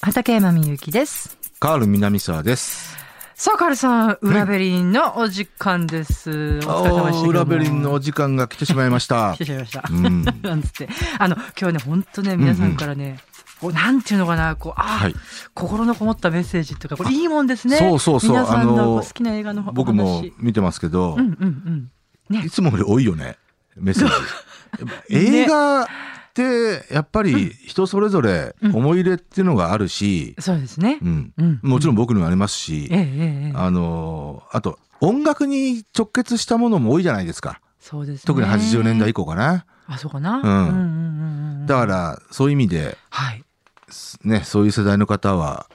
畠山みゆきです。カール南沢です。さあ、カールさん、裏ベリンのお時間です。お疲れ様でしたけどおも。ー裏ベリンのお時間が来てしまいました 来。てしまいました。うん。なんつって。あの、今日ね、本当ね、皆さんからね、こうなんていうのかな、こう、あ、はい心のこもったメッセージとか、これいいもんですね。そうそうそう皆さんあののこう好きな映画のお話。僕も見てますけどう、んうんうん。ねい。つもより多いよね、メッセージ。映画って、やっぱり人それぞれ思い入れっていうのがあるし、そうですね。うん。うん。もちろん。ん僕にもありますしええ、ええええ。あのー、あと、音楽に直結したものも多いじゃないですか。そうですね。特に80年代以降かな。あ、そうかな。うんうんうんうん。だから、そういう意味で、はい。ね、そういう世代の方は、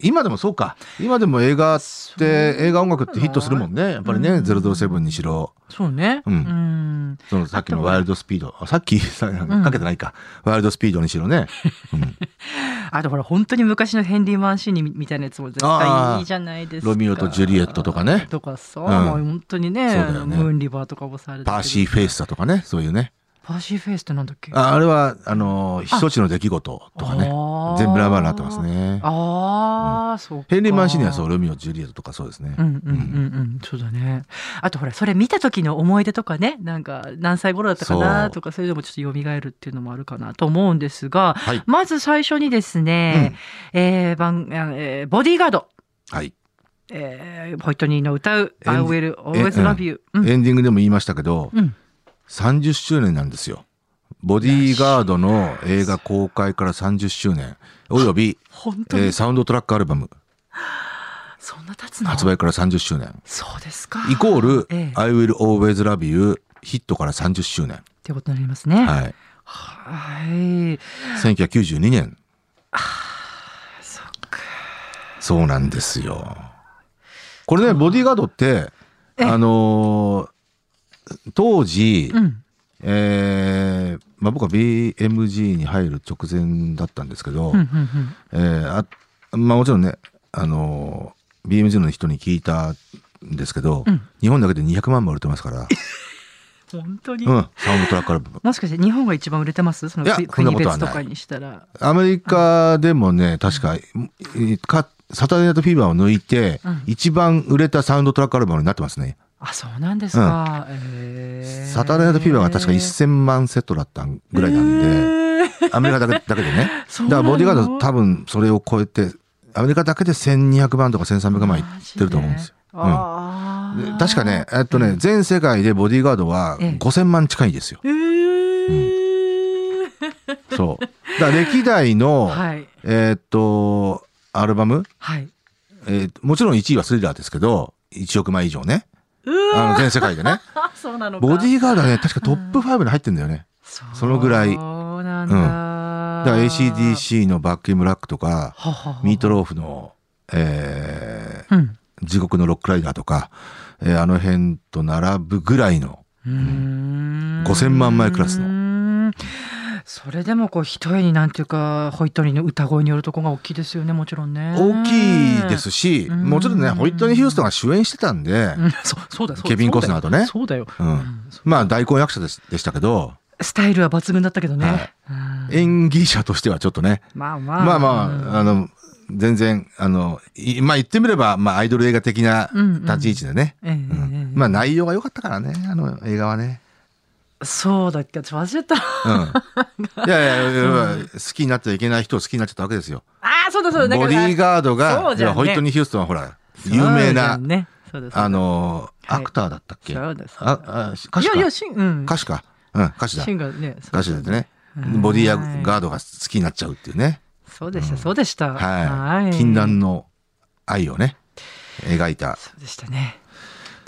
今でもそうか。今でも映画って、映画音楽ってヒットするもんね。やっぱりね、うん007にしろ、そうね。うんんそのさっきのワイルドスピード、あさっきさかけてないか、ワイルドスピードにしろね。うん、あとほら、本当に昔のヘンリー・マンシーニみたいなやつも絶対いいじゃないですか。ロミオとジュリエットとかねとかさ、んもう本当にね、そうだよあねのムーンリバーとかもされてパーシーフェイスだと かね、そういうね。パーシーフェイスってなんだっけああれは、あのー、避暑地の出来事とかあねー。全部ラバーになってますね。ああ、そうか。ヘンリー・マンシーニはそう、。ロミオ・ジュリエットとかそうですねう。んうんうんうん、そうだね。あとほら、それ見た時の思い出とかね、なんか何歳頃だったかそなうとか、そういうのもちょっと蘇るっていうのもあるかなと思うんですが、はい。まず最初にですね、えー番えーボディーガード。はい。えー、ホイットニーの歌う「エン I デ will always え love you」うんエンディングでも言いましたけど、うん30周年なんですよ。ボディーガードの映画公開から30周年、および、本え当に、ーサウンドトラックアルバムそんな経つの発売から30周年。そうですかイコール、ええ I will always love you ヒットから30周年。ってことになりますねはい。はい1992年。そっかそうなんですよ。これね、ボディーガードって、ええあのー当時、うんえーまあ、僕は BMG に入る直前だったんですけど、うんうんうんえーあまあもちろんね、あのー、BMG の人に聞いたんですけど、うん日本だけで200万も売れてますから、本当に、うん、サウンドトラックアルバム。もしかして日本が一番売れてますそのいや国そんな国ことは別なといかにしたらアメリカでもね、確か、いかサタデーナイトフィーバーを抜いて、うん一番売れたサウンドトラックアルバムになってますね。あそうなんですか、えーサタデーナイトフィーバーが確か1000万セットだったぐらいなんえで、ーアメリカだけだけでね。そうだなかのらボディーガード多分それを超えて、アメリカだけで1200万とか1300万いってると思うんですよ。マジであーで確かね、えっとね、全世界でボディーガードはええ5000万近いですよ。えーそう。だから歴代の、はいえーっと、アルバム、はいえーもちろん1位はスリラーですけど、1億枚以上ね。うあわの、全世界でね。あ そうなのかボディーガードはね、確かトップ5に入ってんだよね。そそのぐらいそうなんうだ。だから ACDC のバッキンブラックとか、はははミートローフの、えうん。ー地獄のロックライダーとか、えーあの辺と並ぶぐらいの、うーん5000万枚クラスのうーんそれでもこう一重になんていうかホイットニーの歌声によるとこが大きいですよねもちろんね大きいですし、うんもちろんね、ホイットニー・ヒューストンが主演してたんで、うんそそうだそうだケビンコスナーとねそうだようんうんそうまあ大根役者ですでしたけど、スタイルは抜群だったけどね、はいうん演技者としてはちょっとね、まあまあまあまあ、ああの、全然、あの、いまあ言ってみれば、まあアイドル映画的な立ち位置でね。ええうんまあ内容が良かったからね、あの映画はね。そうだっけちょっと忘れた うん。いやいやいや、好きになっちゃいけない人を好きになっちゃったわけですよ。ああそうだそうボだデだィからーガードそが、うじゃんねホイットニー・ヒューストンはほら、有名な、そうだねそうだそうだあのー、はいアクターだったっけそあうですあ歌い手やいやか。シンうん歌手か。うん、歌手だシ。ンがねそう歌手だってねはい。ボディーガードが好きになっちゃうっていうね。そうでした、そうでした。はい。禁断の愛をね、描いた。そうでしたね。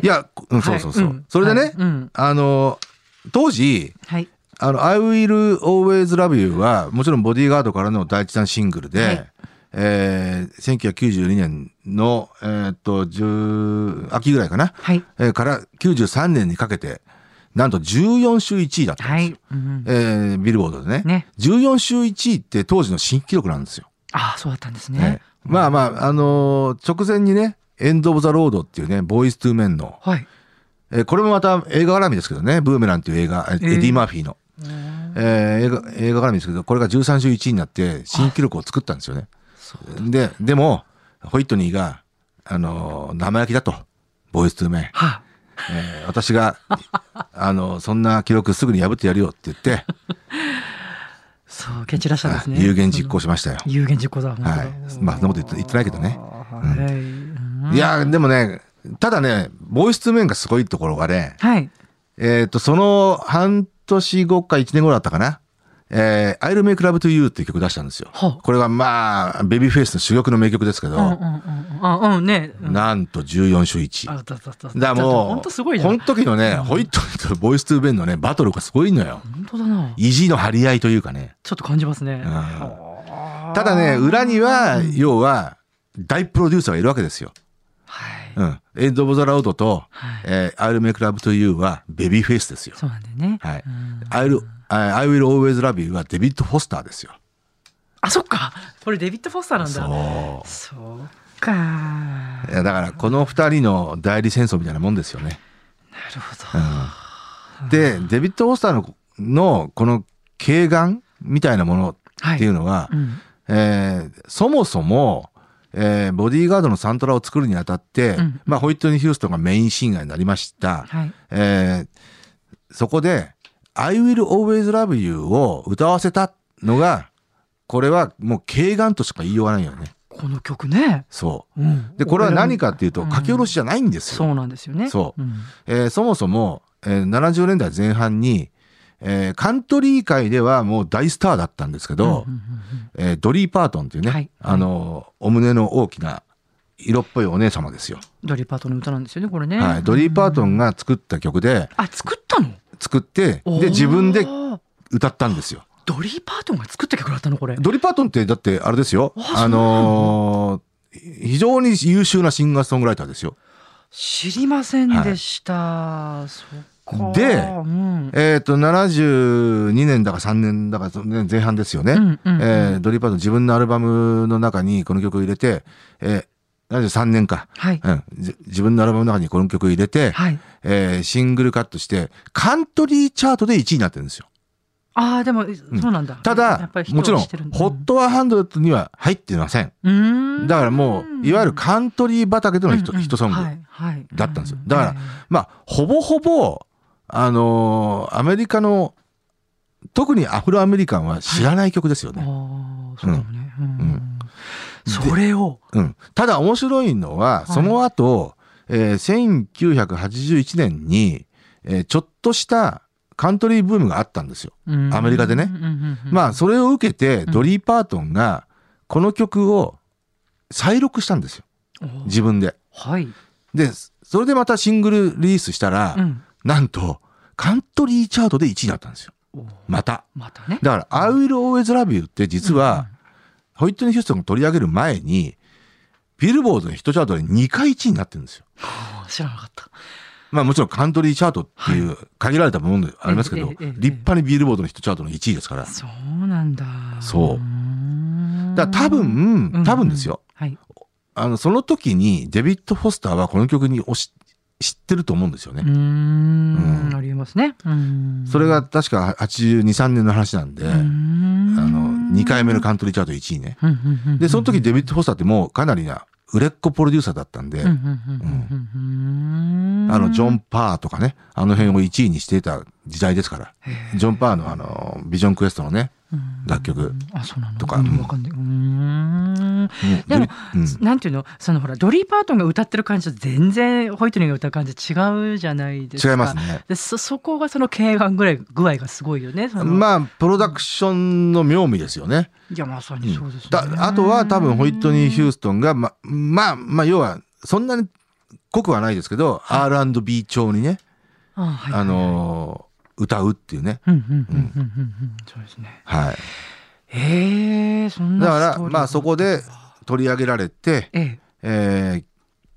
いや、うんそうそうそはい。うんそれではいね、うんあのー、当時、はい。あの、I Will Always Love You は、もちろんボディーガードからの第一弾シングルで、はいえー、1992年の、えーっと、10秋ぐらいかな、はい。えーから93年にかけて、なんと14週1位だったんはですいよ。。うんえービルボードでねね14週1位って当時の新記録なんですよ。ああ、そうだったんですえねえ。まあまあ、あのー直前にね、エンド・オブ・ザ・ロードっていうね、ボーイズ・トゥ・メンの、はい。えーこれもまた映画絡みですけどね、ブーメランっていう映画、えええエディ・マーフィーの。うんえー映画映画から見ですけどこれが13週1位になって新記録を作ったんですよね。ででもホイットニーが、あのー生焼きだと「ボーイズ・トゥ・メン」はえー私 が、あの、そんな記録すぐに破ってやるよって言って、そう蹴散らしたんですね。はい有言実行しましたよ。有言実行だ。はい本当だまあそんなこと言って言ってないけどねはいうんいや、でもね、ただね、ボイス2面がすごいところがね、はい。えっ、と、その半年後か1年後だったかな、えー、I'll Make Love to You っていう曲出したんですよ。はあこれはまあ、ベビーフェイスの珠玉の名曲ですけど、うんうんうんうん。あうんね。うんなんと14週1。あだだだだからもう、本当すごいじゃこん。の時のね、ホイットニーとボイス2面のね、バトルがすごいのよ。本当だな。意地の張り合いというかね。ちょっと感じますね。うんはあただね、裏には、要は、大プロデューサーがいるわけですよ。はい。うん。エイド・オブ・ザ・ラウドと、はいえー、I'll Make Love to You はベビーフェイスですよ。そうなんだよね。はいうん。 I'll, I I Will Always Love You はデビッド・フォスターですよ。あそっか。これデビッドフォスターなんだ。そそうか。いやだから、この二人の代理戦争みたいなもんですよね。なるほど。うん。で、デビッド・フォスターの、のこの、軽眼みたいなものっていうのは、うんえーそもそも、えーボディーガードのサントラを作るにあたって、うんまあ、ホイットニー・ヒューストンがメインシンガーになりました、はい。えーそこで「I will always love you」を歌わせたのがこれはもう軽眼としか言いようがないよねこの曲ね。そううんでこれは何かっていうとうん書き下ろしじゃないんですよ、そうなんですよね。。そうん、えーそもそも、えー70年代前半に、えーカントリー界ではもう大スターだったんですけど、うんうんうんうんえードリー・パートンっていうね、はいあのお胸の大きな色っぽいお姉様ですよ、ドリーパートンの歌なんですよね、これね。はい、ドリー・パートンが作った曲であ、作ったの作っておーで自分で歌ったんですよドリーパートンが作った曲だったのこれ。ドリー・パートンってだってあれですよあそうなのあのー非常に優秀なシンガーソングライターですよ知りませんでした。そっか。でうん、えっ、と72年だか3年だかその前半ですよね、うんうんうんえードリー・パートン自分のアルバムの中にこの曲を入れて、えー、73年か、はい。うん、じ自分のアルバムの中にこの曲を入れて、はい。えーシングルカットしてカントリーチャートで1位になってるんですよああ、でも、そうなんだ。たやっだぱり人はもちろん知ってるだホッ、トワハンドには入ってませんうーんだからもういわゆるカントリー畑でのヒット,、うんうんヒットソング、はいはいだったんですようだからまあほぼほぼあのーアメリカの特にアフロアメリカンは知らない曲ですよええね、ああ、そうだもね。うんうそれを、うん、ただ面白いのはその後、えー1981年に、えーちょっとしたカントリーブームがあったんですようんアメリカでねうんうんうんうんまあそれを受けてドリー・パートンがこの曲を再録したんですよおー自分で。はい。でそれでまたシングルリリースしたら、うんなんとカントリーチャートで1位になったんですよおーまた。またね。だから「I will always love you」って実はホイットニー・ヒューストンが取り上げる前にビルボードのヒットチャートで2回1位になってるんですよ。あー知らなかった。まあもちろんカントリーチャートっていう限られたものでありますけどえええ立えええ派にビルボードのヒットチャートの1位ですから。だかそうなんだ。そうーんら多、分多分ですよ。うんうん。はい。あの、その時にデビッド・フォスターはこの曲におし知ってると思うんですようーね。うんん、ありえますね。うーんそれが、確か82、3年の話なんで、ああの、2回目のカントリーチャート1位ね。で、その時デビッド・フォスターってもうかなりな売れっ子プロデューサーだったんで、うんうんうんうんあの、ジョン・パーとかね、あの辺を1位にしていた時代ですから、ジョン・パーのあの、ビジョン・クエストのね、うん楽曲あそうなのとかううんんわかんないうーんうんでもデビうんなんていうのそのほらドリー・パートンが歌ってる感じと全然ホイットニーが歌う感じ違うじゃないですか違いますね。でそそこがその軽眼ぐらい具合がすごいよねそのまあ、プロダクションの妙味ですよね。いやまさにそうですねだあとは多分ホイットニー・ヒューストンがままあまあ要はそんなに濃くはないですけど、R&B 調にね、あはいあのー歌うっていうね、うんうんうんうんうんうんそうですねはい、へえそんだなかスらトーリーまあそこで取り上げられて、えええ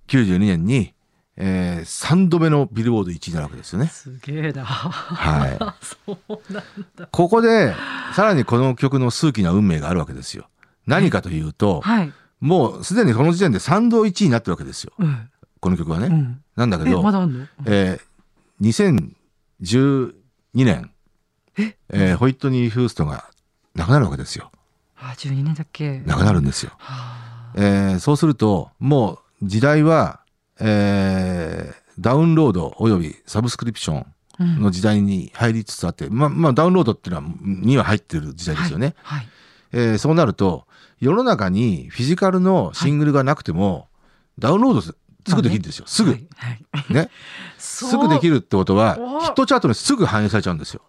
ー、92年に、えー、3度目のビルボード1位になるわけですよね。すげえな はい、そうなんだここでさらにこの曲の数奇な運命があるわけですよ。何かというと、はい、もうすでにこの時点で3度1位になってるわけですようんこの曲はね。うん、なんだけえどまだあんのえー2012年えーホイットニー・ヒューストンが亡くなるわけですよあ12年だっけ亡くなるんですよ、はあえーそうするともう時代は、えーダウンロードおよびサブスクリプショうんンの時代に入りつつあって、まあまあダウンロードっていうのはには入ってる時代ですよね、はいえーそうなると世の中にフィジカルのシングルがなくても、ダウンロードすすぐできるんですよ、すぐ、はいはいね すぐできるるってことはヒおットチャートにすぐ反映されちゃうんですよ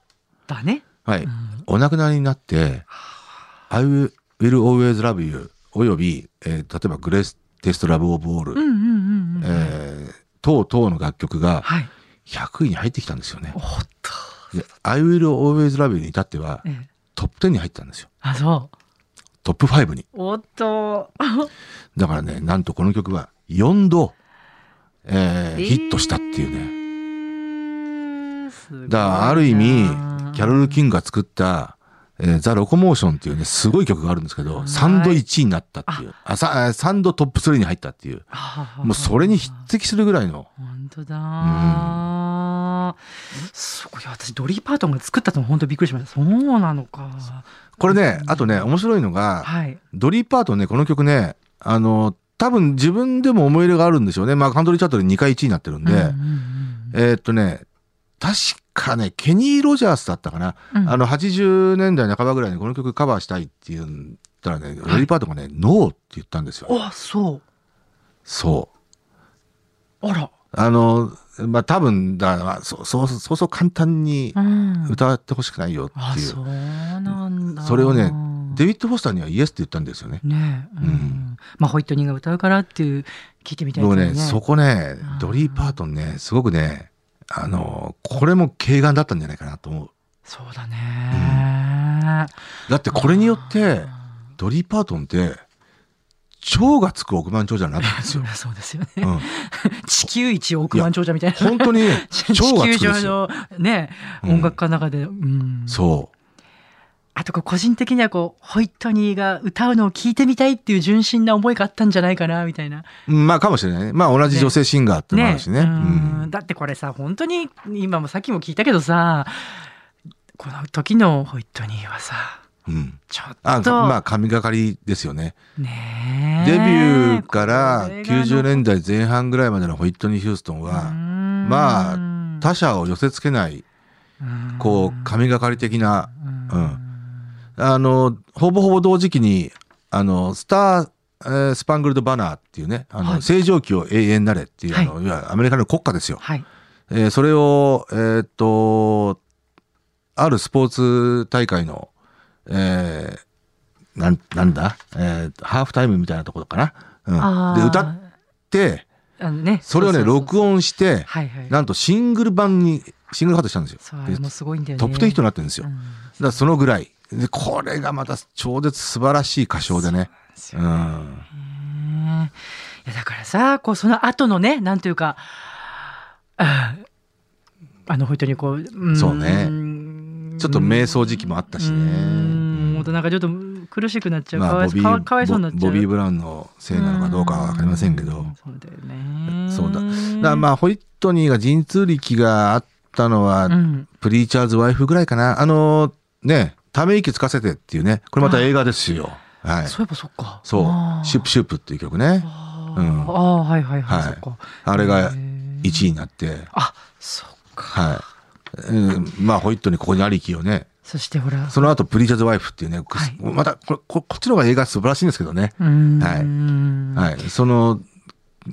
だね、はい、うんお亡くなりになって「I will always love you」および、えー例えば「グレーステストラブオブオールうんうんうんうんえー等々の楽曲がはい100位に入ってきたんですよねお。っとで「I will always love you」に至ってはええトップ10に入ってたんですよあそトップ5に。うおっとだからねなんとこの曲は4度、えーヒットしたっていうね。ねだからある意味キャロル・キングが作った「えーザ・ロコモーション」っていうねすごい曲があるんですけどはい3度1位になったっていうあさあ3度トップ3に入ったっていうもうそれに匹敵するぐらいの本当だすごい私ドリー・パートンが作ったとも本当びっくりしましたそうなのかこれねあとね面白いのがはいドリー・パートンねこの曲ねあの多分自分でも思い入れがあるんでしょうねまあカントリーチャートで2回1位になってるんで、うんうんえーっとね確かねケニー・ロジャースだったかなうんあの80年代半ばぐらいにこの曲カバーしたいって言ったらね、ドリーパートがね、ノーって言ったんですよ。あそそう。うあらあの、まあ、多分だから、そう、そう、そうそう簡単にうん歌ってほしくないよっあていう。そうなんだそれをねデビッド・フォスターにはイエスって言ったんですよね。ねえ、うんうんまあホイットニーが歌うからっていう聞いてみたいです僕ねね、そこねあー、ドリーパートンね、すごくね、あの、これも軽眼だったんじゃないかなと思う。そうだね、だってこれによって、ドリーパートンって、蝶がつく億万長者に なったんですそより。ゃそうですよね、うん、地球一億万長者みたいな本当にね 地蝶が球つくんで上すよ。のね、うん音楽家の中で、うん、そう。あとこう個人的にはこうホイットニーが歌うのを聞いてみたいっていう純真な思いがあったんじゃないかなみたいなうんまあかもしれないね。まあ同じ女性シンガーってのもあるしね。ううんんだってこれさ本当に今もさっきも聞いたけどさこの時のホイットニーはさうんちょっとあまあ神がかりですよね、ねえデビューからこれが残90年代前半ぐらいまでのホイットニー・ヒューストンうーはんまあうん他者を寄せつけないこう神がかり的なうんあのほぼほぼ同時期にあのスターえー・スパングルド・バナーっていうねあの、はい正常期を永遠なれっていう、あのいわゆるアメリカの国歌ですよ。はいえーそれを、えーっと、あるスポーツ大会の、えーなん、なんだ、えーハーフタイムみたいなところかな。あうん、ーで、歌って、あのねそれをね、ううう録音して、はいはいなんとシングル版に、シングルカットしたんですよそうあ。でれもすごいんだよねトップ10ヒットになってるんですよ。うだかんらそのぐらい。で、これがまた超絶素晴らしい歌唱でね。そううなんん。ですよねいやだからさこうその後のねなんというかあーあの本当にこううんそうねちょっと瞑想時期もあったしね。うん本当なんかちょっと苦しくなっちゃうかわいそうかわかわいそうになっちゃうボボビー・ブラウンのせいなのかどうかは分かりませんけど、うそうだよねそうだだからまあホイットニーが陣痛力があったのは、うんプリーチャーズ・ワイフぐらいかなあのねため息つかせてっていうねこれまた映画ですよはいそういえばそっかそう「シュプシュプ」っていう曲ねあうーんあーはいはいはい、はいそっかあれがへー1位になってあそっかはい、うん、まあホイットニーここにありきよねそしてほらその後プリーチャーズ・ワイフ」っていうね、くすはまたこれここっちの方が映画素晴らしいんですけどね、うーんはいその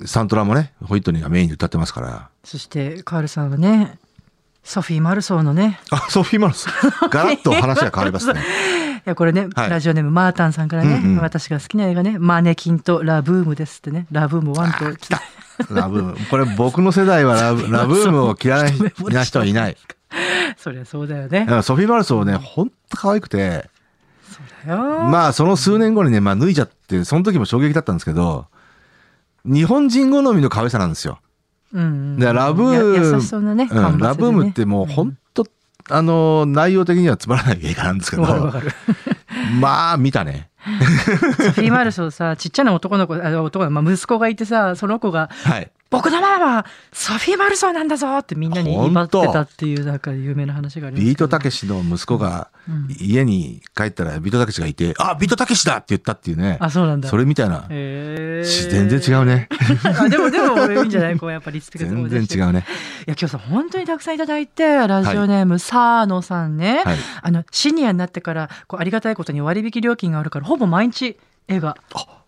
サントラもねホイットニーがメインで歌ってますからそしてカールさんはねソフィー・マルソーのねあソフィー・マルスガラッと話が変わりますねいやこれね、はいラジオネームマータンさんからね、うんうん私が好きな映画ね「マネキンとラブーム」ですってね「ラブーム1」と来たラブーム。これ僕の世代はラブラブームを嫌いな人はいない。 そりゃそうだよねだからソフィー・マルソーね、ほんと可愛くて、そうだよ、まあその数年後にね、まあ脱いじゃって、その時も衝撃だったんですけど、日本人好みの可愛さなんですよ。うんうんだからラブームや優しそうなね,、うん、ラブームってもうほ本んと、あの、内容的にはつまらない映画なんですけ どわ、かるわ かるまあ見たね。ソフィー・マルソーさちっちゃな男の子あ男の、まあ、息子がいてさその子がはい。僕のママはソフィー・マルソーなんだぞってみんなに威張ってたっていうなんか有名な話がありますけどビートたけしの息子がうん家に帰ったらビートたけしがいて、あ、ビートたけしだって言ったっていうね。あそうなんだそれみたいな。へしー全然違うね。あでもでもいいんじゃないこうやっぱリスペクト全然違ううね。いや今日さん本当にたくさんいただいてラジオネーム、サーノさんね、はい。あのシニアになってからこうありがたいことに割引料金があるからほぼ毎日映画あ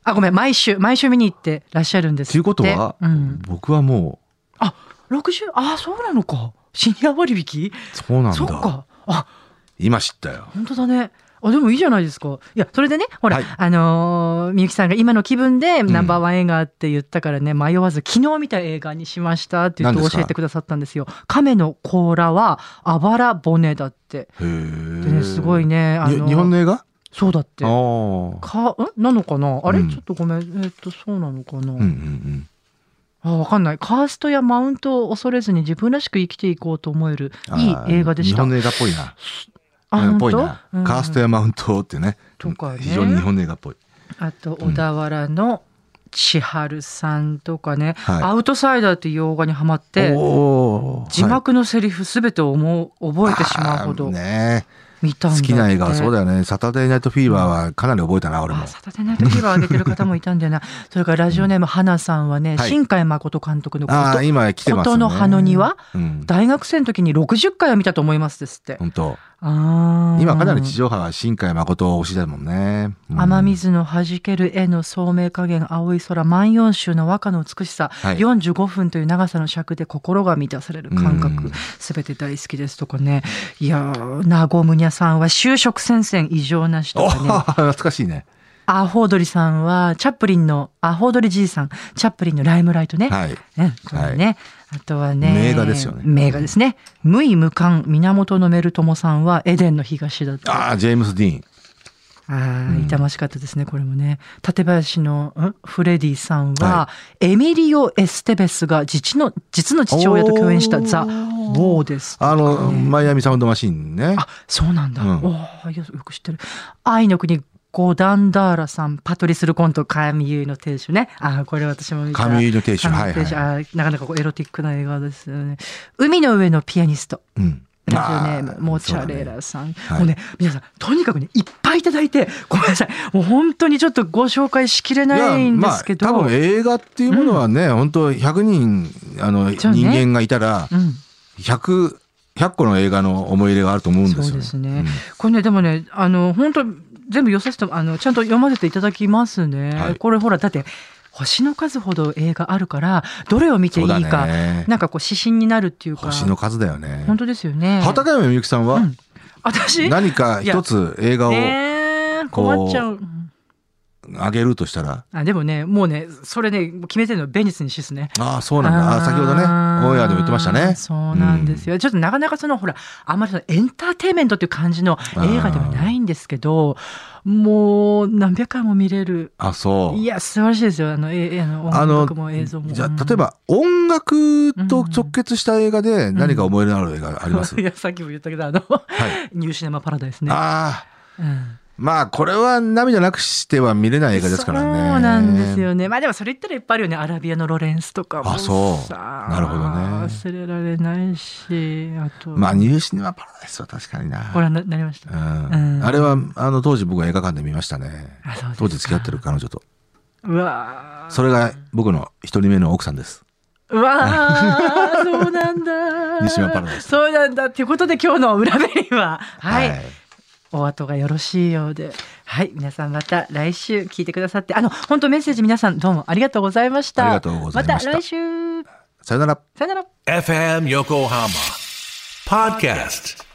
あごめん毎週毎週見に行ってらっしゃるんですってということはうん、、僕はもあ60あそうなのかシニア割引う、そうなんそっだ。かあ今知ったよ。本当だねあでもいいじゃないですかいやそれでねほら、はいあのーみゆきさんが今の気分でナンバーワン映画って言ったからね、迷わず昨日見た映画にしましたって言っ何てです教かえてくださったんですよ亀の甲羅はあばら骨だってへでねえ。すごいねあにの日本の映画そうだってああ。うかんなのかなあれ、うんちょっとごめんえーっとそうなのかな、んうんうん。あわかんないカーストやマウントを恐れずに自分らしく生きていこうと思えるいいあー映画でし日た本の映画っぽいな。あうん本ぽい当なうん。カーストやマウントってね。とかね非常に日本の映画っぽい。あとうん小田原の千春さんとかね、はいアウトサイダーっていう洋画にハマっておー字幕のセリフすべて思う覚えてしまうほあどーね見たんだっ好てきな映画はそうだだよね。サタデーナイトフィーバーはかなり覚えたな、俺もあ。サタデーナイトフィーバー上げてる方もいたん だよなそれからラジオネーム花さんはね、はい新海誠監督のこああ、と今来てますね。琴の葉の庭うん。大学生の時に60回は見たと思いますですって、本当。あー今かなり地上波は新海誠を推しだもんね。うん雨。水の弾ける絵の聡明加減青い空万葉集の和歌の美しさ、はい45分という長さの尺で心が満たされる感う覚んすべて大好きですとかねいやーなごむにゃさんは就職戦線異常なしとおかね懐かしいね。アホドリさんはチャップリンのアホドリじいさんチャップリンのライムライトね、はい。ね、これね、あとはね、名画ですよね名画ですね。無意無感源のメルトモさんはエデンの東だった。あああ、ジェームス・ディーン。あー、うん痛ましかったですね、これもね。館林の、んフレディさんは、はエミリオ・エステベスが実の、実の父親と共演したおーザ・ウォーです。あの、ねマイアミサウンドマシーンね。あ、そうなんだ。うんおーよよく知ってる。愛の国、ゴダンダーラさん、パトリス・ルコント、カミユイの亭主ね。あーこれ私も見た。神の亭主。あのはいページはあーなかなかこうエロティックな映画ですよね。海の上のピアニスト。い。うん。ラジオネーあームモチャレそうだねラさん、はいもうね皆さんとにかくねいっぱいいただいてごめんなさいもう本当にちょっとご紹介しきれないんですけど、まあ、多分映画っていうものはね、本当100人あの、そ人うね間がいたらうん、 100 100個の映画の思い入れがあると思うんですよ、ね。そうですねこれねでもねあの本当全部よさせてもあのちゃんと読ませていただきますね、はいこれほらだって星の数ほど映画あるからどれを見ていいうんそうか、だね。なんかこう指針になるっていうか星の数だよね。本当ですよね畠山みゆきさんはうん私ね何か一つ映画をえこう困っちゃうあげるとしたら、あでもねもうねそれね決めてるのベニスにシスねああそうなんだ。あー先ほどねオンエアでも言ってましたね。そうなんですよ、ちょっとなかなかそのほらあんまりそのエンターテインメントっていう感じの映画ではないんですけどもう何百回も見れるあそう。いや素晴らしいですよあのえあの音あの楽も映像もじゃうんあ例えば音楽と直結した映画で何か思い入れのある映画あります、 いやさっきも言ったけどあの、 はいニューシネマパラダイスねああうんまあこれは涙なくしては見れない映画ですからねそうなんですよねまあでもそれ言ったらいっぱいあるよねアラビアのロレンスとかもあそうさなるほどね忘れられないしあとまあニューシネマパラダイスは確かにごな、覧になりましたうんうんあれはあの当時僕は映画館で見ましたねあそうですか当時付き合ってる彼女とうわーそれが僕の一人目の奥さんですうわーそうなんだ 西村パラダイスそうなんだっていうことで今日の裏メニューははい、はいお後がよろしいようではい皆さんまた来週聞いてくださってあの本当メッセージ皆さんどうもありがとうございましたありがとうございましたまた来週さよならさよなら FM Yokohama Podcast.